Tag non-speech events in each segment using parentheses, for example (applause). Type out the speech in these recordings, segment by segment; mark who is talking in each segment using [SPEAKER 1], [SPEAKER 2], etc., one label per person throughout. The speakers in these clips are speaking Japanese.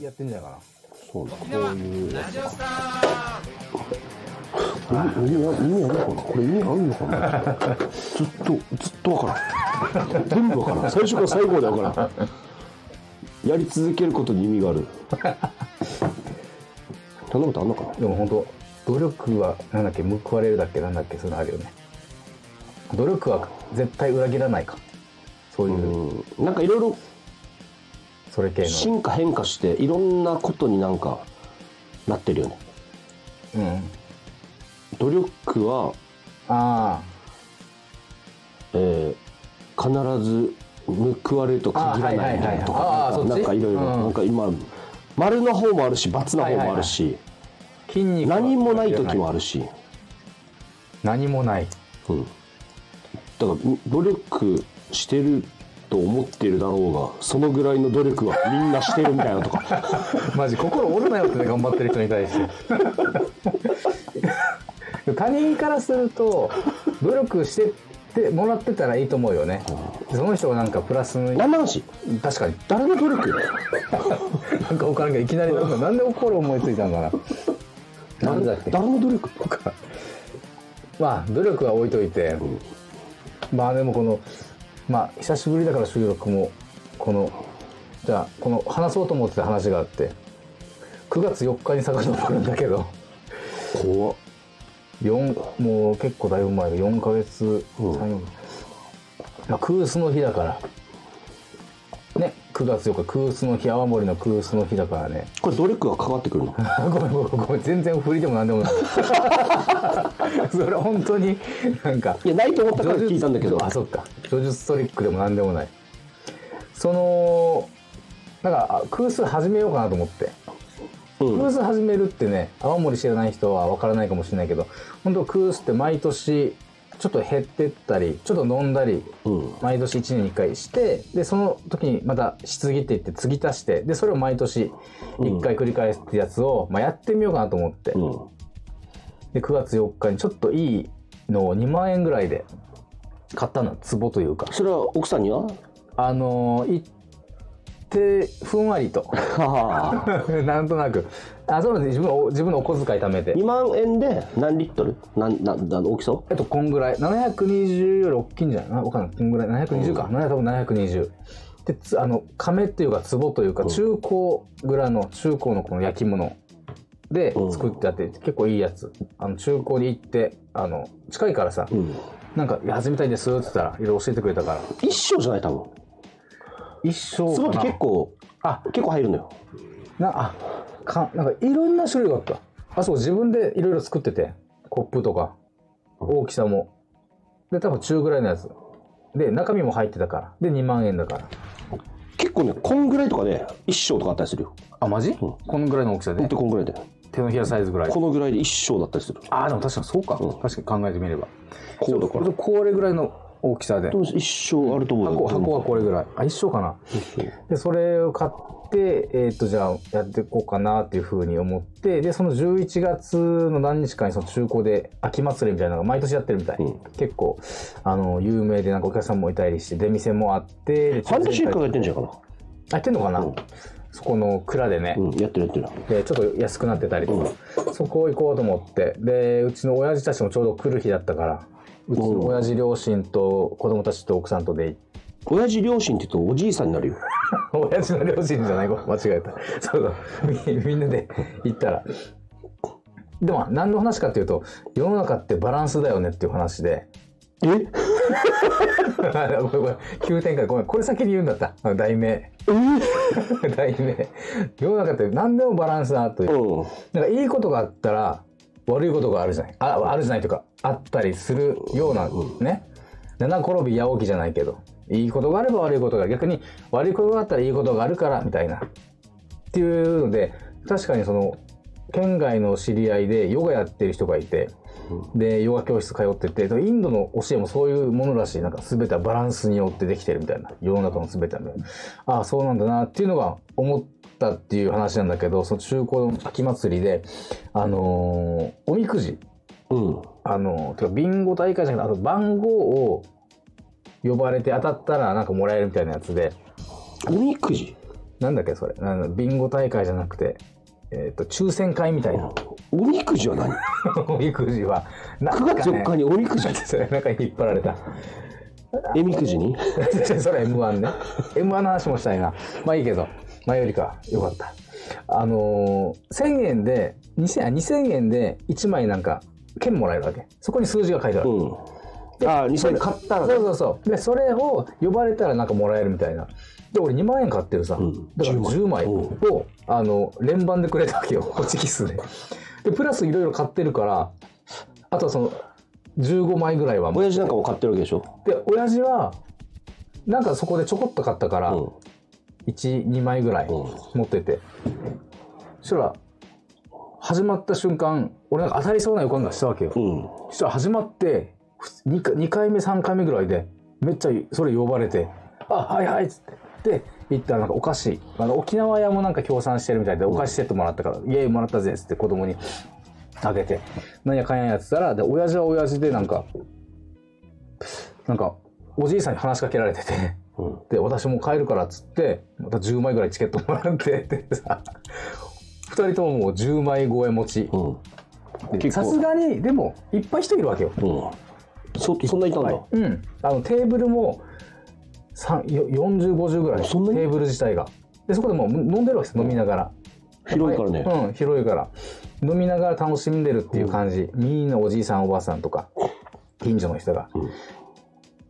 [SPEAKER 1] やってんじゃないか
[SPEAKER 2] そうだ、こういうや
[SPEAKER 3] ラ
[SPEAKER 2] つ
[SPEAKER 3] ジオ
[SPEAKER 2] か。
[SPEAKER 3] スター
[SPEAKER 2] 意味意味意味あるのかなこれ意味あるのかなずっとずっとわからん全部わからん最初から最後までわからんやり続けることに意味があるそんなことあんのかな
[SPEAKER 4] でも本当努力はなんだっけ報われるだっけなんだっけそういうのあるよね努力は絶対裏切らないかそういう、
[SPEAKER 2] うんなんかいろいろ
[SPEAKER 4] それ系の
[SPEAKER 2] 進化変化していろんなことになんかなってるよね
[SPEAKER 4] うん
[SPEAKER 2] 努力は、
[SPEAKER 4] あ
[SPEAKER 2] えー必ず報われると限らないみたいなと
[SPEAKER 4] あ
[SPEAKER 2] か
[SPEAKER 4] はいはいはいはいあー
[SPEAKER 2] なんか
[SPEAKER 4] そっち
[SPEAKER 2] いろいろ
[SPEAKER 4] うん
[SPEAKER 2] なんか今丸の方もあるし×の方もあるし、
[SPEAKER 4] あ筋肉は
[SPEAKER 2] 何もない時もあるし、
[SPEAKER 4] 何もない
[SPEAKER 2] うん、だから努力してると思ってるだろうがそのぐらいの努力はみんなしてるみたいなと
[SPEAKER 4] (laughs)
[SPEAKER 2] か
[SPEAKER 4] マジ心折るなよってね頑張ってる人に対して (laughs) 他人からすると努力してってもらってたらいいと思うよねその人がなんかプラスに
[SPEAKER 2] 何なんし
[SPEAKER 4] 確かに
[SPEAKER 2] 誰の努力
[SPEAKER 4] なんか分からんけどいきなりなんかなんで心思いついたんかななんだっけ
[SPEAKER 2] 誰の努力
[SPEAKER 4] まあ努力は置いといて、まあでもこのまあ久しぶりだから収録もこのじゃあこの話そうと思ってた話があって9月4日に遡るんだけど
[SPEAKER 2] 怖っ
[SPEAKER 4] 四もう結構だいぶ前で4ヶ月、
[SPEAKER 2] うん
[SPEAKER 4] 三四まあ、空巣の日だからね9月4日空巣の日泡盛の空巣の日だからね (laughs)
[SPEAKER 2] これ努力が関わってくるの
[SPEAKER 4] ごめんごめんごめん全然振りでも何でもない (laughs) それ本当になんか
[SPEAKER 2] いやないと思ったから聞いたんだけど
[SPEAKER 4] あそっか叙述トリックでも何でもないそのなんかあ空数始めようかなと思って
[SPEAKER 2] うん
[SPEAKER 4] 空数始めるってね青森知らない人は分からないかもしれないけど本当空数って毎年ちょっと減ってったりちょっと飲んだり
[SPEAKER 2] うん
[SPEAKER 4] 毎年1年に1回してでその時にまた質ぎっていって継ぎ足してでそれを毎年1回繰り返すってやつを、まあ、やってみようかなと思って、
[SPEAKER 2] うん
[SPEAKER 4] で9月4日にちょっといいのを2万円ぐらいで買ったの壺というか
[SPEAKER 2] それは奥さんには (laughs)
[SPEAKER 4] あのー、行ってふんわりと (laughs)
[SPEAKER 2] はあ
[SPEAKER 4] なんとなくあそうなんです自分の自分のお小遣い貯めて
[SPEAKER 2] 2万円で何リットルなんなんなん大きさ
[SPEAKER 4] えっとこんぐらい720より大きいんじゃないかなわかんないこんぐらい720か、7多分720でつあの亀っていうか壺というか中古蔵の中古のこの焼き物で
[SPEAKER 2] うん
[SPEAKER 4] 作ってあって結構いいやつあの中古に行ってあの近いからさ、
[SPEAKER 2] うん
[SPEAKER 4] なんかいや始めたいですって言ったらいろいろ教えてくれたから
[SPEAKER 2] 一生じゃない多分
[SPEAKER 4] 一生
[SPEAKER 2] す
[SPEAKER 4] か
[SPEAKER 2] ご
[SPEAKER 4] ない
[SPEAKER 2] って結構
[SPEAKER 4] あ
[SPEAKER 2] 結構入るのよ
[SPEAKER 4] なあかなんかいろんな種類があったあそう自分でいろいろ作っててコップとか大きさもで多分中ぐらいのやつで中身も入ってたからで2万円だから
[SPEAKER 2] 結構ねこんぐらいとかね一生とかあったりするよ
[SPEAKER 4] あマジ、このぐらいの大きさ
[SPEAKER 2] ほん
[SPEAKER 4] で
[SPEAKER 2] とこんぐらいで
[SPEAKER 4] 手のひらサイズぐらい
[SPEAKER 2] このぐらいで一生だったりする
[SPEAKER 4] あーでも確かにそうか、
[SPEAKER 2] うん
[SPEAKER 4] 確かに考えてみれば
[SPEAKER 2] こうだから
[SPEAKER 4] ちょこれぐらいの大きさで
[SPEAKER 2] 一生あると思う
[SPEAKER 4] 箱
[SPEAKER 2] よ
[SPEAKER 4] 箱はこれぐらいあ一緒かなでそれを買ってえっ、とじゃあやっていこうかなっていうふうに思ってでその11月の何日かにその中古で秋祭りみたいなのが毎年やってるみたい、
[SPEAKER 2] うん
[SPEAKER 4] 結構あの有名でなんかお客さんもいたりして出店もあってで
[SPEAKER 2] 半年
[SPEAKER 4] 抽選会
[SPEAKER 2] かけてんじゃないか
[SPEAKER 4] あやってんのかな、
[SPEAKER 2] うん
[SPEAKER 4] そこの蔵でね、
[SPEAKER 2] なうんやってるやってる
[SPEAKER 4] でちょっと安くなってたりとか、そこ行こうと思ってでうちの親父たちもちょうど来る日だったからうちの親父両親と子供たちと奥さんとで行って
[SPEAKER 2] 親父両親って言うとおじいさんになるよ
[SPEAKER 4] 親父の両親じゃないごめん間違えたそうそうみみんなで行ったらでも何の話かっていうと世の中ってバランスだよねっていう話で (laughs)
[SPEAKER 2] え
[SPEAKER 4] ごめんごめん急展開ごめんこれ先に言うんだったあの題名 (laughs) 題名世の中って何でもバランスだという
[SPEAKER 2] うん
[SPEAKER 4] なんかいいことがあったら悪いことがあるじゃないああるじゃないというかあったりするようなね七転び八起きじゃないけどいいことがあれば悪いことがある逆に悪いことがあったらいいことがあるからみたいなっていうので確かにその県外の知り合いでヨガやってる人がいてでヨガ教室通っててインドの教えもそういうものらしいなんか全てはバランスによってできてるみたいな世の中の全てはねああそうなんだなっていうのが思ったっていう話なんだけどその中古の秋祭りであのーおみくじ
[SPEAKER 2] うん
[SPEAKER 4] あのてかビンゴ大会じゃなくてあと番号を呼ばれて当たったらなんかもらえるみたいなやつで
[SPEAKER 2] おみくじ
[SPEAKER 4] なんだっけそれあのビンゴ大会じゃなくて、えっと抽選会みたいな (laughs)
[SPEAKER 2] おみくじは何
[SPEAKER 4] おみくじはなんか、
[SPEAKER 2] ?9
[SPEAKER 4] ね、
[SPEAKER 2] (laughs) 月4日におみくじ。
[SPEAKER 4] それなんか引っ張られた
[SPEAKER 2] えみくじに
[SPEAKER 4] (laughs) それ m 1ね m 1の話もしたいなまあいいけど前よりかよかったあのー、1000円で2000あ2000円で1枚なんか券もらえるわけそこに数字が書いてある、
[SPEAKER 2] うん。ああ、2000円買ったら
[SPEAKER 4] そ
[SPEAKER 2] ね
[SPEAKER 4] うそうそうでそれを呼ばれたらなんかもらえるみたいなで俺2万円買ってるさ、
[SPEAKER 2] ん
[SPEAKER 4] だから10
[SPEAKER 2] 10
[SPEAKER 4] 枚
[SPEAKER 2] 枚
[SPEAKER 4] をあの連番でくれたわけよ (laughs) ホチキスででプラスいろいろ買ってるからあとはその15枚ぐらいはもう
[SPEAKER 2] 親父なんかも買ってるわけでしょ。
[SPEAKER 4] で親父はなんかそこでちょこっと買ったから、
[SPEAKER 2] うん。
[SPEAKER 4] 12枚ぐらい持ってて、そしたら始まった瞬間俺なんか当たりそうな予感がしたわけよ、
[SPEAKER 2] うん。
[SPEAKER 4] そしたら始まって2回 ,2 回目3回目ぐらいでめっちゃそれ呼ばれて「あはいはい」っつってで行ったらなんかお菓子あの沖縄屋もなんか協賛してるみたいでお菓子セットもらったから「イエーイもらったぜ」っつって子供にあげて何やかんややってたらで親父は親父でなんかなんかおじいさんに話しかけられてて。
[SPEAKER 2] うん。
[SPEAKER 4] で私もう帰るからっつってまた10枚ぐらいチケットもらって (laughs) でさ2人とももう10枚超え持ち
[SPEAKER 2] うん。
[SPEAKER 4] で
[SPEAKER 2] 結
[SPEAKER 4] さ
[SPEAKER 2] 構
[SPEAKER 4] すがにでもいっぱい人いるわけよ
[SPEAKER 2] うん。そ、そんないたんだ。
[SPEAKER 4] うん、あのテーブルも4050ぐらいテ
[SPEAKER 2] そんなに
[SPEAKER 4] ーブル自体がでそこでもう飲んでるわけです飲みながら
[SPEAKER 2] 広いからね。
[SPEAKER 4] うん広いから飲みながら楽しんでるっていう感じ、みんなおじいさんおばあさんとか近所の人が、
[SPEAKER 2] うん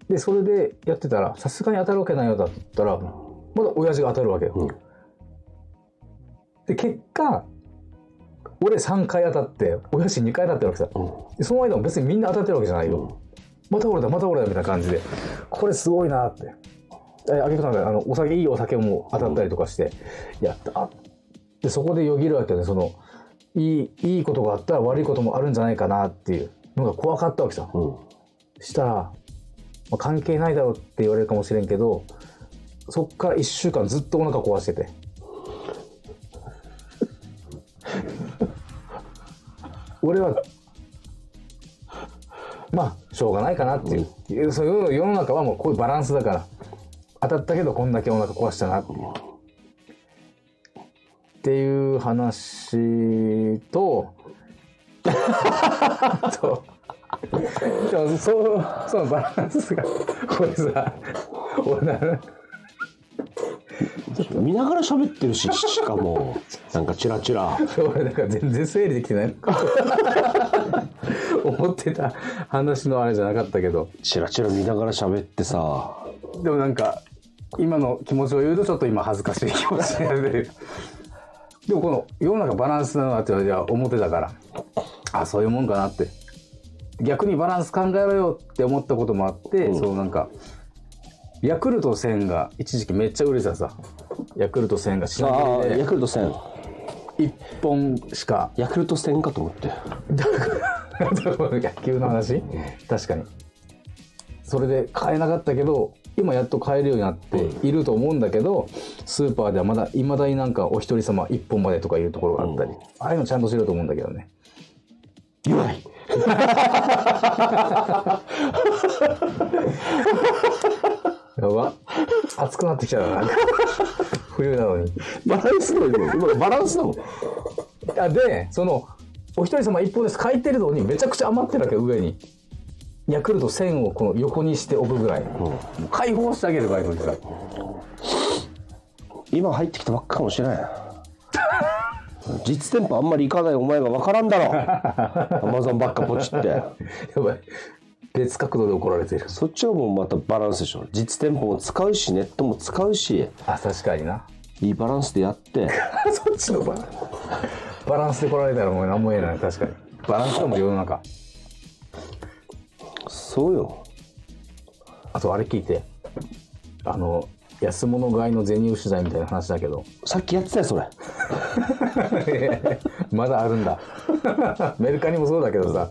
[SPEAKER 4] でそれでやってたらさすがに当たるわけないよだったらまだ親父が当たるわけよ、
[SPEAKER 2] うん
[SPEAKER 4] で結果俺3回当たって親父2回当たってるわけさ
[SPEAKER 2] うん。
[SPEAKER 4] でその間も別にみんな当たってるわけじゃないよ、
[SPEAKER 2] うん
[SPEAKER 4] また俺だまた俺だみたいな感じでこれすごいなってえあげさんがあのお酒いいお酒も当たったりとかして、やったでそこでよぎるわけよねそのいいいいことがあったら悪いこともあるんじゃないかなっていうのが怖かったわけさ
[SPEAKER 2] うん。
[SPEAKER 4] したら、まあ関係ないだろうって言われるかもしれんけどそっから1週間ずっとお腹壊してて俺はまあしょうがないかなっていう,、そういう世の中はもうこういうバランスだから当たったけどこんだけお腹壊したなっていうっていう話とあとでもそうそのバランスがこれさ俺な
[SPEAKER 2] 見ながら喋ってるし、しか (laughs) も、なんかチラチラ。
[SPEAKER 4] 俺なんか全然整理できてない思ってた話のあれじゃなかったけど
[SPEAKER 2] チラチラ見ながら喋ってさ。
[SPEAKER 4] でもなんか今の気持ちを言うとちょっと今恥ずかしい気持ちになるでもこの世の中バランスだなっていうのは思ってたからあそういうもんかなって逆にバランス考えろよって思ったこともあって、
[SPEAKER 2] うん
[SPEAKER 4] そのなんかヤクルト1000が一時期めっちゃ売れてたさヤクルト1000が品
[SPEAKER 2] ああ、
[SPEAKER 4] 切れで
[SPEAKER 2] ヤクルト1000。
[SPEAKER 4] 1本しか
[SPEAKER 2] ヤクルト1000かと思って。
[SPEAKER 4] (laughs) 野球の話確かにそれで買えなかったけど今やっと買えるようになっていると思うんだけどスーパーではまだいまだになんかお一人様1本までとかいうところがあったり、
[SPEAKER 2] うん
[SPEAKER 4] ああいうのちゃんとしろと思うんだけどね
[SPEAKER 2] 言わない。
[SPEAKER 4] や
[SPEAKER 2] (laughs)
[SPEAKER 4] ば暑くなってきちゃうな (laughs) なんか冬なのに
[SPEAKER 2] バランスだよ、今バランスだもん。
[SPEAKER 4] あでそのお一人様1本です書いてるのにめちゃくちゃ余ってるわけ上にヤクルト1000をこの横にしておくぐらい解放してあげるからこいつら
[SPEAKER 2] 今入ってきたばっかかもしれない。実店舗あんまり行かないお前が分からんだろ。アマゾンばっかポチっ
[SPEAKER 4] (laughs)
[SPEAKER 2] て。
[SPEAKER 4] やばい別角度で怒られてる
[SPEAKER 2] そっちはもうまたバランスでしょ。実店舗も使うし、ネットも使うし、
[SPEAKER 4] あ確かにな
[SPEAKER 2] いいバランスでやって。
[SPEAKER 4] (laughs) そっちのバランスバランスで来られたらもう何も言えない確かにバランスでもん世の中
[SPEAKER 2] そうよ。
[SPEAKER 4] あとあれ聞いてあの安物買いの銭牛剤みたいな話だけ (laughs) ど
[SPEAKER 2] さっきやってたよ、それ。
[SPEAKER 4] まだあるんだメルカリもそうだけどさ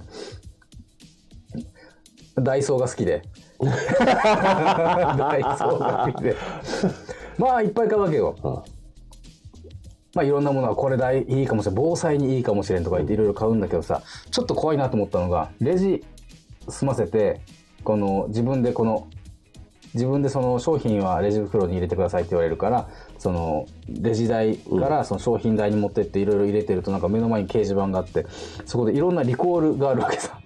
[SPEAKER 4] ダイソーが好き (laughs) でダイソーが好きでまあいっぱい買うわけよ
[SPEAKER 2] うん
[SPEAKER 4] まあ、いろんなものはこれだいいいかもしれん防災にいいかもしれんとか言っていろいろ買うんだけどさちょっと怖いなと思ったのがレジ済ませてこの自分でこの自分でその商品はレジ袋に入れてくださいって言われるからそのレジ台からその商品台に持ってっていろいろ入れてるとなんか目の前に掲示板があってそこでいろんなリコールがあるわけさ、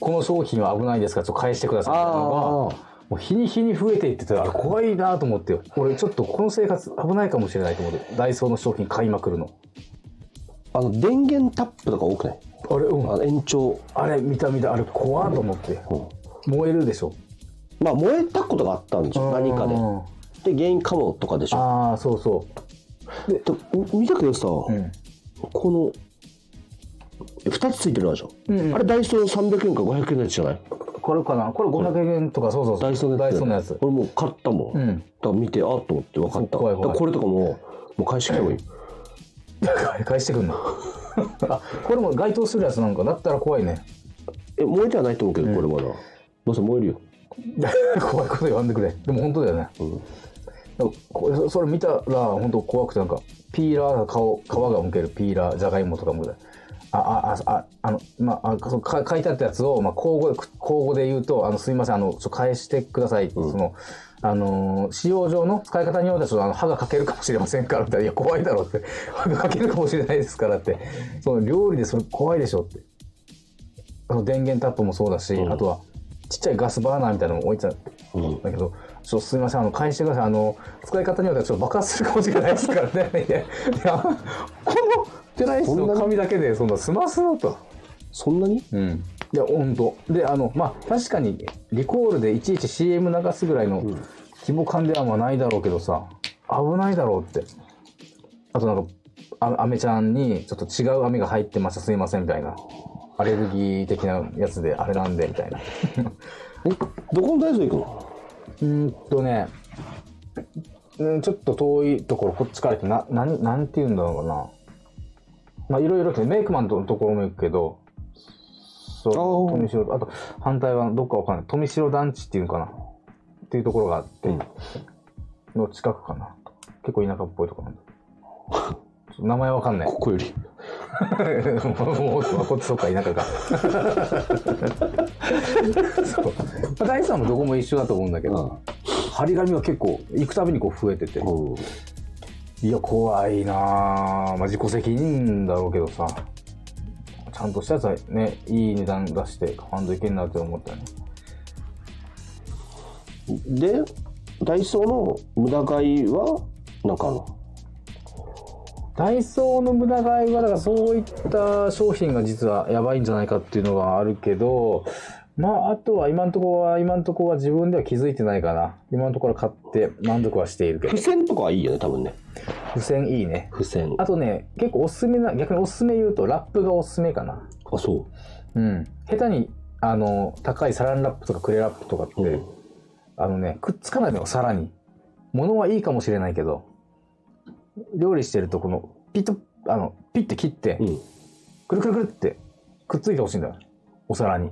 [SPEAKER 4] この商品は危ないですからちょっと返してくださいみたいなのがもう日に日に増えていっててあれ怖いなと思って俺ちょっとこの生活危ないかもしれないと思ってダイソーの商品買いまくるの
[SPEAKER 2] あの電源タップとか多くない
[SPEAKER 4] あれうん
[SPEAKER 2] あの延長
[SPEAKER 4] あれ見た見たあれ怖いと思って燃えるでしょ
[SPEAKER 2] まあ燃えたことがあったんでしょ何か
[SPEAKER 4] うん
[SPEAKER 2] でで原因かもとかでしょ
[SPEAKER 4] ああそうそ
[SPEAKER 2] と見たけどさ、
[SPEAKER 4] う、うん、
[SPEAKER 2] この2つついてるわけじゃん、
[SPEAKER 4] うんうん
[SPEAKER 2] あれダイソー300円か500円のやつじゃない
[SPEAKER 4] これかなこれ500円とか、そうそうそう
[SPEAKER 2] ダイソーのやつ
[SPEAKER 4] ダイソーのやつ
[SPEAKER 2] 俺もう買ったもん、
[SPEAKER 4] うん
[SPEAKER 2] だから見てあっと思って分かった
[SPEAKER 4] 怖い怖い
[SPEAKER 2] だからこれとかももう返してきた方がい
[SPEAKER 4] (laughs)
[SPEAKER 2] い、
[SPEAKER 4] 返してくんのあこれも該当するやつなんかだったら怖いね
[SPEAKER 2] え燃えてはないと思うけど、これまだどうせ燃えるよ
[SPEAKER 4] (laughs) 怖いこと言わんでくれでも本当だよね、これそそれ見たら本当怖くてなんかピーラーが顔皮がむけるピーラーじゃがいもとかむけるあああああのまああそうか書いてあったやつを、まあ、口語で口語で言うと「あのすいませんあのちょ返してください」そのあのー使用上の使い方によってはちょっとあの歯が欠けるかもしれませんからみたいな「いや怖いだろ」って「歯が欠けるかもしれないですから」ってその料理でそれ怖いでしょってあの電源タップもそうだし、あとはちっちゃいガスバーナーみたいなのも置いてたんだけど、ちょっとすいません、あの、返してください。あの、使い方によってはちょっと爆発するかもしれないですからね。いや、いやこの、テライスの紙だけで、そんな済ますのと。
[SPEAKER 2] そんなに
[SPEAKER 4] うん。いや、ほんと。で、あの、まあ、確かに、リコールでいちいち CM 流すぐらいの規模感ではまあないだろうけどさ、危ないだろうって。あとなんか、あアメちゃんに、ちょっと違う飴が入ってました、すいません、みたいな。アレルギー的なやつで、あれなんで、みたいな。
[SPEAKER 2] えどこのダイソー行くの
[SPEAKER 4] うーんとね、うん、ちょっと遠いところ、こっちから行って、な、なん、なんて言うんだろうな。まあ、いろいろ来て、メイクマンのところも行くけど、そう、
[SPEAKER 2] おー
[SPEAKER 4] 富城、あと、反対はどっかわかんない。富城団地っていうのかな。っていうところがあって、の近くかな。結構田舎っぽいところなんだ。 (laughs) ちょっと名前わかん (laughs) ない。
[SPEAKER 2] ここより
[SPEAKER 4] もうもうこっちそっか田舎 (laughs) かそうまあ大地さんもどこも一緒だと思うんだけど、張り紙は結構行くたびにこう増えてて、
[SPEAKER 2] うん
[SPEAKER 4] いや怖いなあまあ自己責任だろうけどさちゃんとしたやつはねいい値段出して買わんといけんなって思ったね
[SPEAKER 2] でダイソーの無駄買いはなんかあるの
[SPEAKER 4] ダイソーの無駄買いはだからそういった商品が実はやばいんじゃないかっていうのがあるけどまああとは今のところは今のところは自分では気づいてないかな今のところは買って満足はしているけど
[SPEAKER 2] 付箋とかはいいよね多分ね
[SPEAKER 4] 付箋いいね
[SPEAKER 2] 付箋
[SPEAKER 4] あとね結構おすすめな逆におすすめ言うとラップがおすすめかな
[SPEAKER 2] あそう
[SPEAKER 4] うん下手にあの高いサランラップとかクレラップとかって、
[SPEAKER 2] うん
[SPEAKER 4] あのねくっつかないのよさらに物はいいかもしれないけど料理してるとこのピッとあのピッて切って、
[SPEAKER 2] うん
[SPEAKER 4] くるくるくるってくっついてほしいんだよお皿に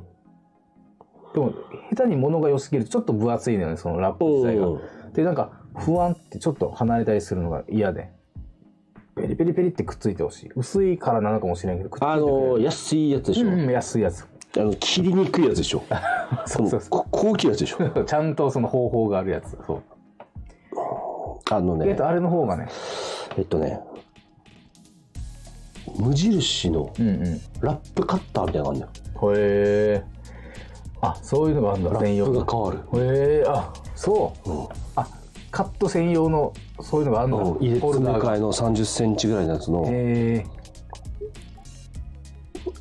[SPEAKER 4] でも下手に物が良すぎるとちょっと分厚いんだよねそのラップ自体
[SPEAKER 2] うん
[SPEAKER 4] がでなんか不安ってちょっと離れたりするのが嫌でペリペリペリってくっついてほしい薄いからなのかもしれないけどくっついて
[SPEAKER 2] あ
[SPEAKER 4] くれる
[SPEAKER 2] の安いやつでしょ、
[SPEAKER 4] うんうん安いやつ
[SPEAKER 2] あの切りにくいやつでしょ
[SPEAKER 4] そうそうそ
[SPEAKER 2] こ高級やつでしょ
[SPEAKER 4] う (laughs) ちゃんとその方法があるやつそう
[SPEAKER 2] あの
[SPEAKER 4] えっ
[SPEAKER 2] ね
[SPEAKER 4] とあれの方がね
[SPEAKER 2] えっとね無印の
[SPEAKER 4] うんうんへ
[SPEAKER 2] ラップカッターみたいなのがあるんだよ
[SPEAKER 4] えあそういうのがあるんだ
[SPEAKER 2] ラ
[SPEAKER 4] 専用
[SPEAKER 2] ッ
[SPEAKER 4] の
[SPEAKER 2] プが変わる
[SPEAKER 4] へえあそう、あカット専用のそういうのがあるんだ、
[SPEAKER 2] うん入れ
[SPEAKER 4] ホル
[SPEAKER 2] 詰め
[SPEAKER 4] ダーが
[SPEAKER 2] 替えの3 0ンチぐらいのやつの
[SPEAKER 4] へえ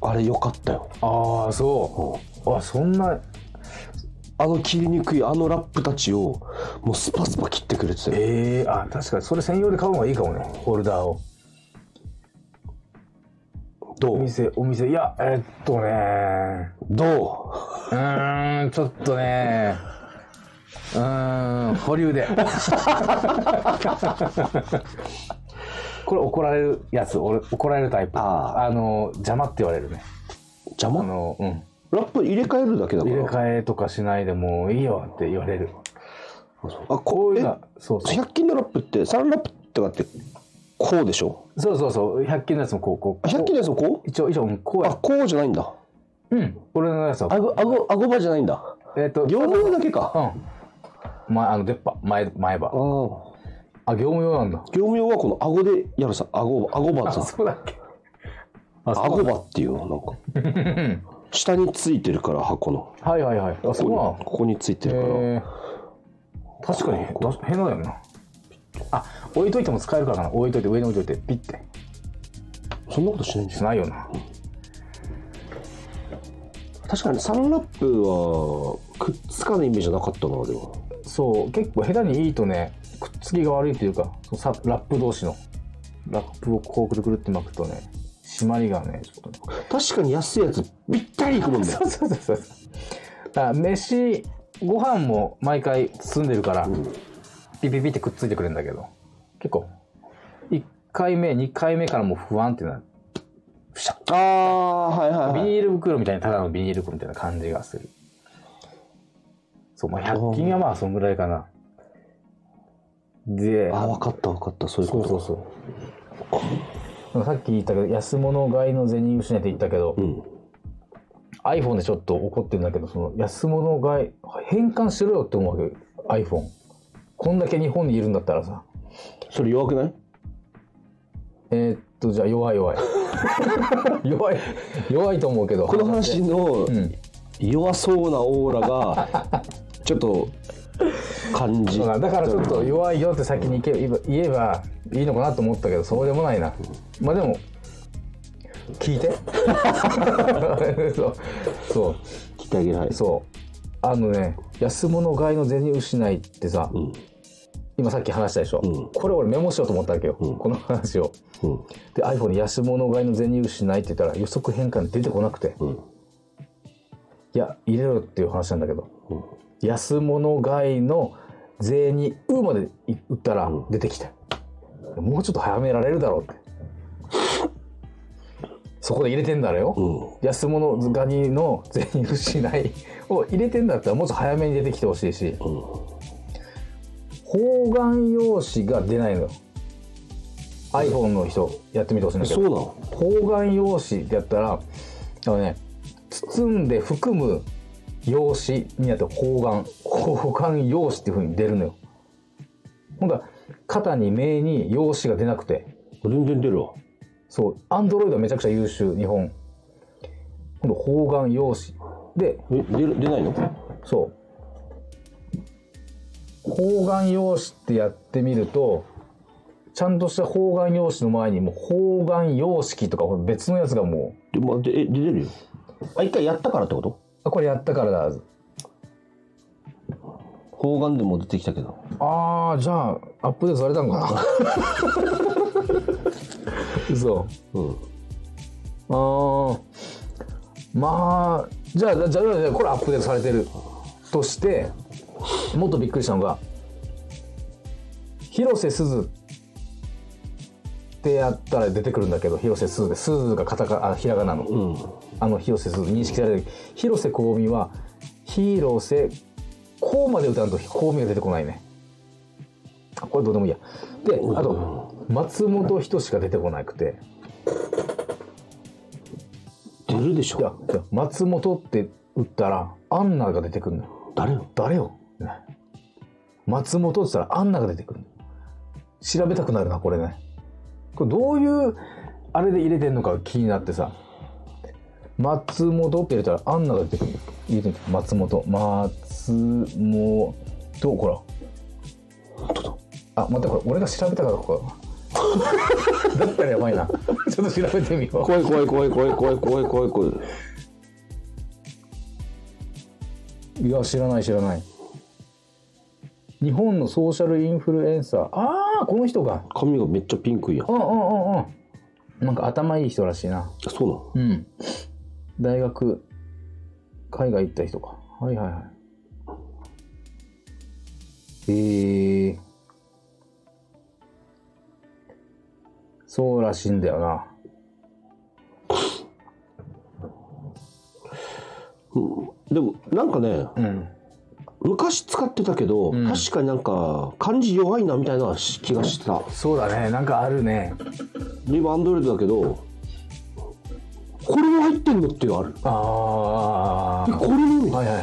[SPEAKER 2] あれよかったよ
[SPEAKER 4] ああそうあそんな
[SPEAKER 2] あの切りにくいあのラップたちをもうスパスパ切ってくれてたよ
[SPEAKER 4] ええあ確かにそれ専用で買うのがいいかもねホルダーを
[SPEAKER 2] ど
[SPEAKER 4] お
[SPEAKER 2] う
[SPEAKER 4] 店お店いやえっとね
[SPEAKER 2] ど
[SPEAKER 4] うーんちょっとねうーん保留で (laughs) これ怒られるやつ俺怒られるタイプ
[SPEAKER 2] あ
[SPEAKER 4] あの邪魔って言われるね
[SPEAKER 2] う邪
[SPEAKER 4] あ
[SPEAKER 2] 魔
[SPEAKER 4] のうん
[SPEAKER 2] ラップ入れ替えるだけだか
[SPEAKER 4] 入れ
[SPEAKER 2] ら
[SPEAKER 4] 替えとかしないでもういいよって言われる
[SPEAKER 2] あ
[SPEAKER 4] こ
[SPEAKER 2] こ
[SPEAKER 4] う
[SPEAKER 2] う
[SPEAKER 4] いう
[SPEAKER 2] え
[SPEAKER 4] のはそうそう
[SPEAKER 2] 100均のラップってサンラップとかってこうでしょ
[SPEAKER 4] そうそうそう100均のやつもこうこう
[SPEAKER 2] あ100均のやつもこう
[SPEAKER 4] 一応一応うんこう
[SPEAKER 2] あ
[SPEAKER 4] や
[SPEAKER 2] こうじゃないんだ
[SPEAKER 4] うん俺のやつは
[SPEAKER 2] あごあごあごばじゃないんだ
[SPEAKER 4] えっ、と
[SPEAKER 2] 両方だけ
[SPEAKER 4] う
[SPEAKER 2] か
[SPEAKER 4] ん前、あの、出っ歯、前、前
[SPEAKER 2] あ
[SPEAKER 4] 歯。
[SPEAKER 2] あ業
[SPEAKER 4] あ、業務用なんだ。
[SPEAKER 2] 務用はこの顎でやるさ顎顎歯さ
[SPEAKER 4] うだっけあ、そ
[SPEAKER 2] 顎歯っていうのなんか下についてるから箱の
[SPEAKER 4] うはいはいはい。あ、
[SPEAKER 2] こ
[SPEAKER 4] そう
[SPEAKER 2] こ
[SPEAKER 4] な
[SPEAKER 2] にここについてるから
[SPEAKER 4] のへー確かに、だ変だよな。あ、置いといても使えるからな。置いといて、上に置いといて、ピッて。
[SPEAKER 2] そんなことしないんです
[SPEAKER 4] し
[SPEAKER 2] よ
[SPEAKER 4] ないよな。
[SPEAKER 2] 確かにサンラップはくっつかないイメージなかったなでも
[SPEAKER 4] そう、結構下手にいいとね、くっつきが悪いというか、そうさラップ同士の。ラップをこうくるくるって巻くとね、締まりがね、ちょっとね。
[SPEAKER 2] 確かに安いやつぴったりいくもんね
[SPEAKER 4] そうそうそうそう。だから飯、ご飯も毎回包んでるから、ピピピってくっついてくれるんだけど、結構、1回目、2回目からもう不安ってなる。
[SPEAKER 2] ああはいは
[SPEAKER 4] ビニール袋みたいな、ただのビニール袋みたいな感じがする。そう、まあ、100均はまあ、そんぐらいかな。で、
[SPEAKER 2] あ分かった分かったそういう
[SPEAKER 4] そ
[SPEAKER 2] こ
[SPEAKER 4] う
[SPEAKER 2] と
[SPEAKER 4] そうそう。さっき言ったけど、安物買いの銭失いって言ったけど、
[SPEAKER 2] ん
[SPEAKER 4] iPhone でちょっと怒ってるんだけど、その安物買い、変換しろよって思うわけ、iPhone。こんだけ日本にいるんだったらさ。
[SPEAKER 2] それ弱くない
[SPEAKER 4] えーっと、じゃあ弱い弱い。
[SPEAKER 2] (laughs)
[SPEAKER 4] 弱い、弱いと思うけど。
[SPEAKER 2] この話の
[SPEAKER 4] ん
[SPEAKER 2] 弱そうなオーラがちょっと感じ
[SPEAKER 4] そうだだからちょっと弱いよって先に行け言えば言えばいいのかなと思ったけどそうでもないなまあでも聞
[SPEAKER 2] (laughs)
[SPEAKER 4] いてそうそ
[SPEAKER 2] 聞いてあげないう
[SPEAKER 4] そうあのね安物買いの銭失いってさ、
[SPEAKER 2] ん
[SPEAKER 4] 今さっき話したでしょ、
[SPEAKER 2] うん
[SPEAKER 4] これ俺メモしようと思ったわけよ、この話を
[SPEAKER 2] うん
[SPEAKER 4] で iPhone で安物買いの銭失いって言ったら予測変換出てこなくて、
[SPEAKER 2] うん
[SPEAKER 4] いや入れろよっていう話なんだけど、安物買いの税に「う」まで打ったら出てきて、もうちょっと早められるだろうってそこで入れてんだろよ、
[SPEAKER 2] うん
[SPEAKER 4] 安物ガニの税に失いを入れてんだったらもうちょっと早めに出てきてほしいし、方眼用紙が出ないのよ iPhone の人やってみてほしいんだけど
[SPEAKER 2] そうなの
[SPEAKER 4] 方眼用紙ってやったらあのね包んで含む用紙になって方眼方眼用紙っていうふうに出るのよほんだら肩に目に用紙が出なくて
[SPEAKER 2] 全然出るわ
[SPEAKER 4] そうアンドロイドはめちゃくちゃ優秀日本今度方眼用紙で
[SPEAKER 2] え出る出ないの
[SPEAKER 4] そう方眼用紙ってやってみるとちゃんとした方眼用紙の前にもう方眼様式とかこれ別のやつがもう
[SPEAKER 2] で、まあ、でえ出れるよあ一回やったからってこと
[SPEAKER 4] あこれやったからだ
[SPEAKER 2] 方眼でも出てきたけど
[SPEAKER 4] ああじゃあアップデートされたんかな (laughs) 嘘
[SPEAKER 2] うん
[SPEAKER 4] あーまあじゃあじゃあじゃあこれアップデートされてるとしてもっとびっくりしたのが広瀬すずってやったら出てくるんだけど広瀬すずですずがカタカあひらがなの、
[SPEAKER 2] うん
[SPEAKER 4] あの広瀬すず認識されてる広瀬香美は広瀬こうまで歌うと香美が出てこないねあこれどうでもいいやであと松本人志が出てこなくて
[SPEAKER 2] 出るでし
[SPEAKER 4] いや
[SPEAKER 2] ょ
[SPEAKER 4] いや松本って打ったらアンナが出てくるのよ
[SPEAKER 2] 誰よ
[SPEAKER 4] 誰よ、ね松本って言ったらアンナが出てくるの調べたくなるなこれねこれどういうあれで入れてんのか気になってさ松本って入れたらアンナが出てくるの入れてみて松本松本ほらあ待ってこれ俺が調べたからここ (laughs) だったらやばいなちょっと調べてみよう
[SPEAKER 2] 怖い怖い怖い怖い怖い怖い怖い怖い
[SPEAKER 4] いや知らない知らない日本のソーシャルインフルエンサーああこの人が
[SPEAKER 2] 髪がめっちゃピンクいやん
[SPEAKER 4] うんうんうんうんなんか頭いい人らしいな
[SPEAKER 2] あそうなの
[SPEAKER 4] うん大学海外行った人かはいはいはいええー、そうらしいんだよな
[SPEAKER 2] うんでもなんかね
[SPEAKER 4] うん
[SPEAKER 2] 昔使ってたけど、
[SPEAKER 4] ん
[SPEAKER 2] 確かになんか漢字弱いなみたいな気がしてた
[SPEAKER 4] そうだねなんかあるね
[SPEAKER 2] で今アンドロイドだけどこれも入ってんのっていうのある
[SPEAKER 4] ああ (laughs)
[SPEAKER 2] これも
[SPEAKER 4] はいはいは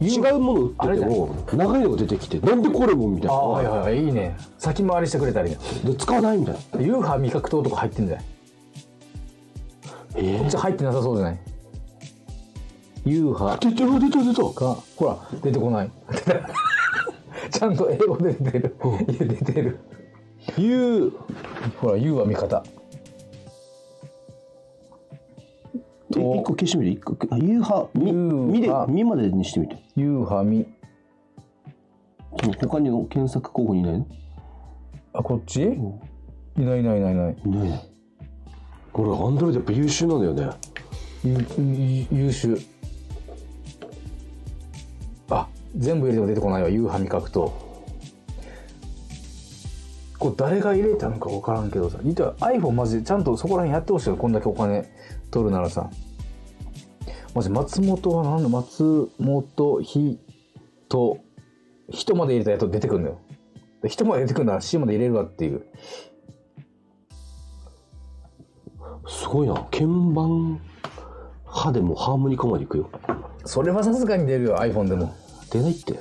[SPEAKER 4] い
[SPEAKER 2] 違うもの売
[SPEAKER 4] あ
[SPEAKER 2] っ
[SPEAKER 4] れ
[SPEAKER 2] て
[SPEAKER 4] じゃ
[SPEAKER 2] て
[SPEAKER 4] ない
[SPEAKER 2] も長いのが出てきてなんでこれもみたい
[SPEAKER 4] ああ
[SPEAKER 2] な
[SPEAKER 4] はいはいいいね先回りしてくれたりね
[SPEAKER 2] で使わないみたいな
[SPEAKER 4] ユーハー味覚糖とか入ってんじゃない
[SPEAKER 2] ええ
[SPEAKER 4] こっち入ってなさそうじゃないユーハ
[SPEAKER 2] 出てる出てる出
[SPEAKER 4] ーがほら出てこない (laughs) ちゃんと英語で出てるいや出てる
[SPEAKER 2] たいう
[SPEAKER 4] ほら U は味方
[SPEAKER 2] え一個消してみて一個あ夕飯み
[SPEAKER 4] 夕飯
[SPEAKER 2] みでみまでにしてみて
[SPEAKER 4] U はみ
[SPEAKER 2] その他にの検索候補にいないの
[SPEAKER 4] あこっちいないいないいないいない
[SPEAKER 2] いないねこれアンドロイドやっぱ優秀なんだよね
[SPEAKER 4] ゆゆ優秀あ全部入れても出てこないわ U は味覚糖これ誰が入れたのか分からんけどさいた iPhone マジでちゃんとそこら辺やってほしいよこんだけお金取るならさマジ松本は何だ松本ひと人まで入れたやつ出てくるんだよ人まで出てくるなら C まで入れるわっていう
[SPEAKER 2] すごいな鍵盤派でもハーモニカまでいくよ
[SPEAKER 4] それはさすがに出るよ iPhone でも
[SPEAKER 2] 出ないって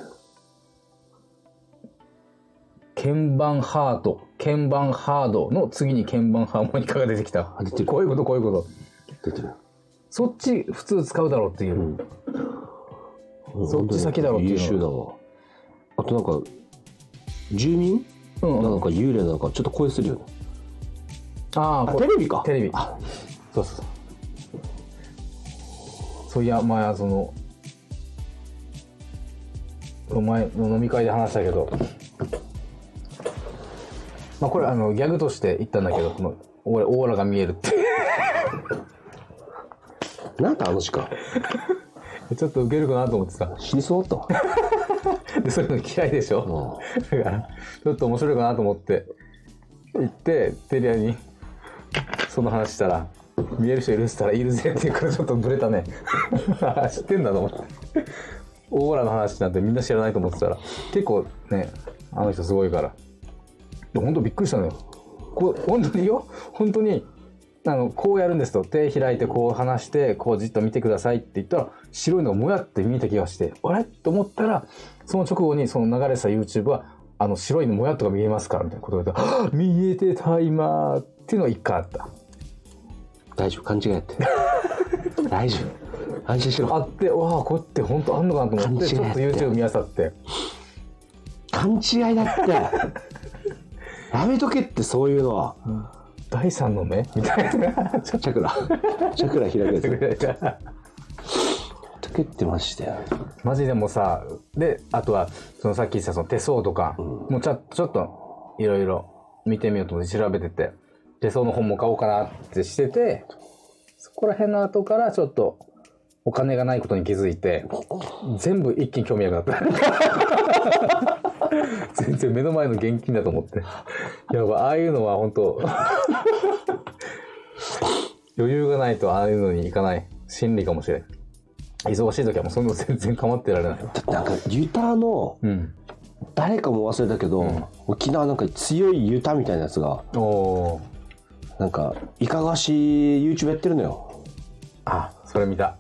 [SPEAKER 4] 鍵盤ハート鍵盤ハードの次に鍵盤ハーモニカが出てきた
[SPEAKER 2] 出てる
[SPEAKER 4] こういうことこういうこと
[SPEAKER 2] 出てる
[SPEAKER 4] そっち普通使うだろうっていう、
[SPEAKER 2] んうん
[SPEAKER 4] そっち先だろっていうの
[SPEAKER 2] 優秀だわあとなんか住民
[SPEAKER 4] うん
[SPEAKER 2] なのか幽霊なのかちょっと声するよね
[SPEAKER 4] ああ
[SPEAKER 2] あ
[SPEAKER 4] こ
[SPEAKER 2] テ
[SPEAKER 4] れ
[SPEAKER 2] レビか
[SPEAKER 4] テレビ
[SPEAKER 2] あ
[SPEAKER 4] そうそうそうそういや前そのお前の飲み会で話したけどまあこれあのギャグとして言ったんだけどこのオーラオーラが見えるって (laughs)
[SPEAKER 2] なんだあの時間
[SPEAKER 4] ちょっとウケるかなと思ってさ
[SPEAKER 2] 死にそうだったわ
[SPEAKER 4] でそういうの嫌いでしょ、 (laughs)
[SPEAKER 2] うん
[SPEAKER 4] だから、ちょっと面白いかなと思って、行って、テリアに、その話したら、見える人いるっつったら、いるぜっていうからちょっとブレたね。 (laughs) 知ってんだと思って。オーラの話なんてみんな知らないと思ってたら、結構ね、あの人すごいから。で本当びっくりしたのよ。こう本当によ、本当に、あの、こうやるんですと、手開いてこう離して、こうじっと見てくださいって言ったら、白いのがもやって見えた気がして、あれと思ったら、その直後にその流れてた YouTube は、あの、白いのもやっとが見えますから、みたいなことが言われて、はぁ見えてた今っていうのが一回あった。
[SPEAKER 2] 大丈夫勘違いやって大丈夫安心しろ
[SPEAKER 4] あって、わあこれって本当あんのかなと思って、ち
[SPEAKER 2] 勘違
[SPEAKER 4] ょ
[SPEAKER 2] い
[SPEAKER 4] っ
[SPEAKER 2] やっ
[SPEAKER 4] と
[SPEAKER 2] て
[SPEAKER 4] YouTube 見あさって。
[SPEAKER 2] 勘違いだってやめとけってそういうのは
[SPEAKER 4] 第三の目みたいな。 (laughs) ちょっ
[SPEAKER 2] チャクラチャクラ開くやつ
[SPEAKER 4] と (laughs)
[SPEAKER 2] やめ
[SPEAKER 4] ぐらいだ。
[SPEAKER 2] とけってましたよ
[SPEAKER 4] マジでもうさであとはそのさっき言ってたその手相とか、もうちょちょっといろいろ見てみようと思って調べてて手相の本も買おうかなってしててそこら辺の後からちょっとお金がないことに気づいて全部一気に興味なくなった。全然目の前の現金だと思ってやばいああいうのは本当余裕がないとああいうのに行かない心理かもしれん忙しい時はもうそんなの全然構ってられないわ
[SPEAKER 2] だってなんかユタの
[SPEAKER 4] うん
[SPEAKER 2] 誰かも忘れたけど、沖縄なんか強いユタみたいなやつが
[SPEAKER 4] おお
[SPEAKER 2] なんかいかがわしい YouTube やってるのよ
[SPEAKER 4] あそれ見た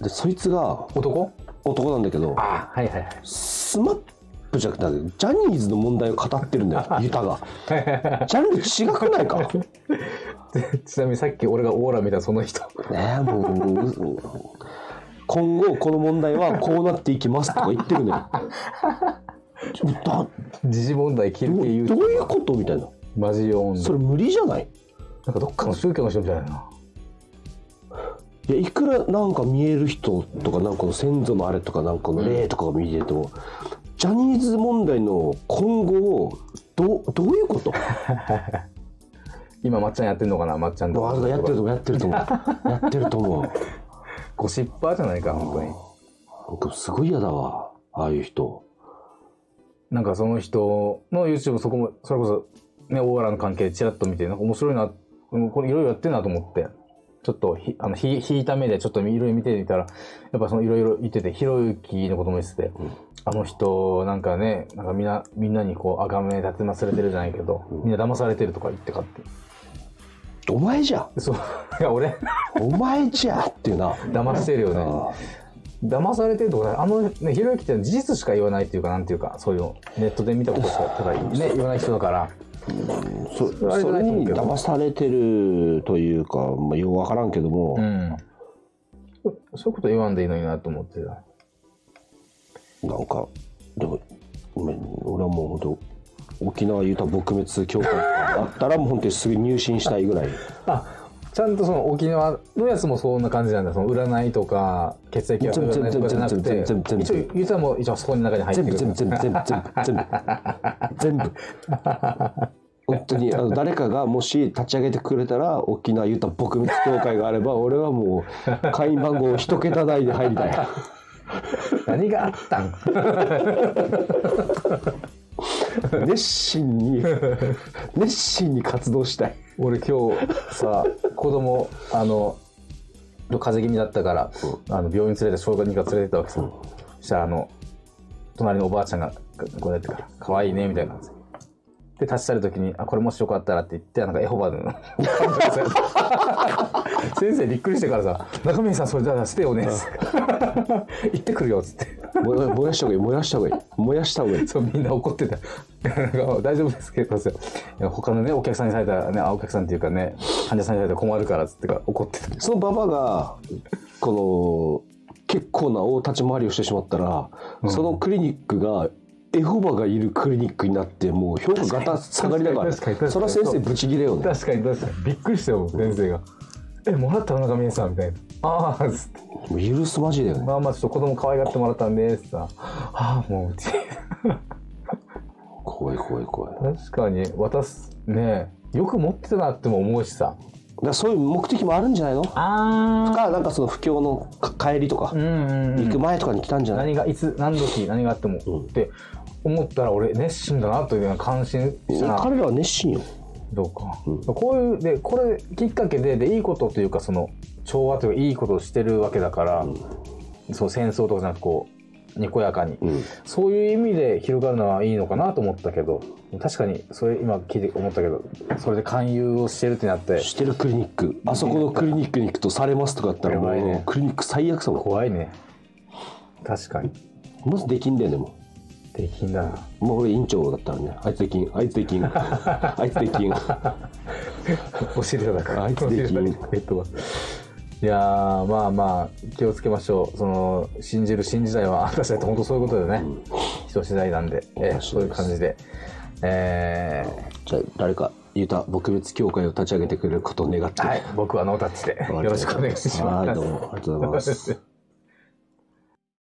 [SPEAKER 2] でそいつが
[SPEAKER 4] 男
[SPEAKER 2] 男なんだけど
[SPEAKER 4] あはいはいはい
[SPEAKER 2] スマップじゃなくてジャニーズの問題を語ってるんだよユタがジャンル違くないかね
[SPEAKER 4] でちなみにさっき俺がオーラ見たその人 (laughs)
[SPEAKER 2] えもう今後この問題はこうなっていきますとか言ってるのよちょだ
[SPEAKER 4] 時事問題切る
[SPEAKER 2] ど
[SPEAKER 4] 系
[SPEAKER 2] う
[SPEAKER 4] 言う
[SPEAKER 2] どういうことみたいな
[SPEAKER 4] マジよ
[SPEAKER 2] それ無理じゃない
[SPEAKER 4] なんかどっかの宗教の人みたいない
[SPEAKER 2] やいくらなんか見える人とかなんかの先祖のあれとかなんかの霊とかが見てても、ジャニーズ問題の今後をどうどういうこと
[SPEAKER 4] 今まっちゃんやってんのかなまっちゃん
[SPEAKER 2] まあやってると思うやってる (laughs) と思うやってると思う
[SPEAKER 4] ゴシッパーじゃないか本当に
[SPEAKER 2] なんかすごい嫌だわああいう人
[SPEAKER 4] なんかその人の YouTube そこもそれこそねオーラの関係ちらっと見てなんか面白いなうんこれいろいろやってんなと思ってちょっとひあのひ引いた目でちょっといろいろ見てみたらやっぱそのいろいろ言っててひろゆきのことも言ってて、あの人なんかねなんかみんなみんなにこう赤目立てまされてるじゃないけど、みんな騙されてるとか言ってかって
[SPEAKER 2] お前じゃ
[SPEAKER 4] (laughs)
[SPEAKER 2] ん
[SPEAKER 4] そういや俺
[SPEAKER 2] お前じゃんっていうな
[SPEAKER 4] 騙してるよね騙されてるとかねあのねひろゆきって事実しか言わないっていうかなんていうかそういうネットで見たことしかただね言わない人だから
[SPEAKER 2] そ
[SPEAKER 4] れはあれじゃ
[SPEAKER 2] そ
[SPEAKER 4] ない
[SPEAKER 2] れ
[SPEAKER 4] と思う
[SPEAKER 2] に
[SPEAKER 4] けど
[SPEAKER 2] 騙されてるというか、まあ、ようわからんけども、
[SPEAKER 4] うんそそういうこと言わんでいいのになと思ってた
[SPEAKER 2] なんかでも俺俺はもう本当沖縄ユタ撲滅協会があったらもう本当にすぐ入信したいぐらい
[SPEAKER 4] あちゃんとその沖縄のやつもそんな感じなんだその占いとか血液は占いとかじゃなくて
[SPEAKER 2] 全部全部全部全
[SPEAKER 4] 一
[SPEAKER 2] 部
[SPEAKER 4] 応ゆたも一応そこの中に入って
[SPEAKER 2] 全
[SPEAKER 4] くる
[SPEAKER 2] 部全部全部全部全部全部全部本当にあの誰かがもし立ち上げてくれたら沖縄ユタ撲滅協会があれば俺はもう会員番号一桁台で入りたい
[SPEAKER 4] 何があったん
[SPEAKER 2] (laughs) 熱心に熱心に活動したい
[SPEAKER 4] 俺今日さ子供あの風邪気味だったから、あの病院連れて小学2から連れてったわけさ、そしたらあの隣のおばあちゃんがこうやってから「可愛いね」みたいな感じでで立ち去る時に「あこれもしよかったら」って言ってなんかエホバの (laughs) 先生びっくりしてからさ「中峰さんそれじゃあ捨てようね」っつって「行ってくるよ」っつって。
[SPEAKER 2] 燃や燃やした方がいい燃やした方がいい燃やした方がいい
[SPEAKER 4] そうみんな怒ってた (laughs) なんか大丈夫ですけどそういや他のねお客さんにされたらねあお客さんっていうかね患者さんにされたら困るからっつってか怒ってた
[SPEAKER 2] そのババがこの結構な大立ち回りをしてしまったら、そのクリニックがエホバがいるクリニックになってもう評価がた下がりだから
[SPEAKER 4] 確かに確かに確かに
[SPEAKER 2] それは先生ブチギレよね
[SPEAKER 4] 確かに確かにびっくりしたよ先生が「えもらったの中峰さん」みたいな「ああ」っつって
[SPEAKER 2] もう許すまじだよ
[SPEAKER 4] 「
[SPEAKER 2] ね
[SPEAKER 4] まあまあちょっと子供可愛がってもらったんで」っつってさ「ああもううち
[SPEAKER 2] 怖い怖い怖いだか
[SPEAKER 4] 確かに渡すねよく持ってたなっても思うしさ
[SPEAKER 2] らそういう目的もあるんじゃないのか
[SPEAKER 4] あ
[SPEAKER 2] なんかその不況のか帰りとか
[SPEAKER 4] う、んうん、うん
[SPEAKER 2] 行く前とかに来たんじゃない
[SPEAKER 4] 何がいつ何時何があってもって思ったら俺熱心だなというような感心したな
[SPEAKER 2] 彼らは熱心よ
[SPEAKER 4] どうか、こういうでこれきっかけででいいことというかその調和というかいいことをしてるわけだから、そう戦争とかじゃなくこうにこやかに、
[SPEAKER 2] ん
[SPEAKER 4] そういう意味で広がるのはいいのかなと思ったけど確かにそれ今聞いて思ったけどそれで勧誘をしてるってなって
[SPEAKER 2] してるクリニックあそこのクリニックに行くとされますとかあったらも
[SPEAKER 4] やばいね
[SPEAKER 2] うクリニック最悪さも
[SPEAKER 4] 怖いね確かに
[SPEAKER 2] まずできんだよねもう
[SPEAKER 4] できんだな
[SPEAKER 2] もう俺委員長だったらね、あいつできん、あいつでき
[SPEAKER 4] (laughs)
[SPEAKER 2] ん、あいつできん。
[SPEAKER 4] お尻叩く
[SPEAKER 2] あいつできん
[SPEAKER 4] お尻叩く人はいやーまあまあ気をつけましょうその信じる信じないは私だって本当そういうことだよね、人次第なんで、えー
[SPEAKER 2] 面白いです
[SPEAKER 4] そういう感じでえ
[SPEAKER 2] じゃあ誰か、ユタ撲滅協会を立ち上げてくれることを願って。
[SPEAKER 4] ーはい僕はノータッチでよろしくお願いします
[SPEAKER 2] はい、どうもありがとうございます。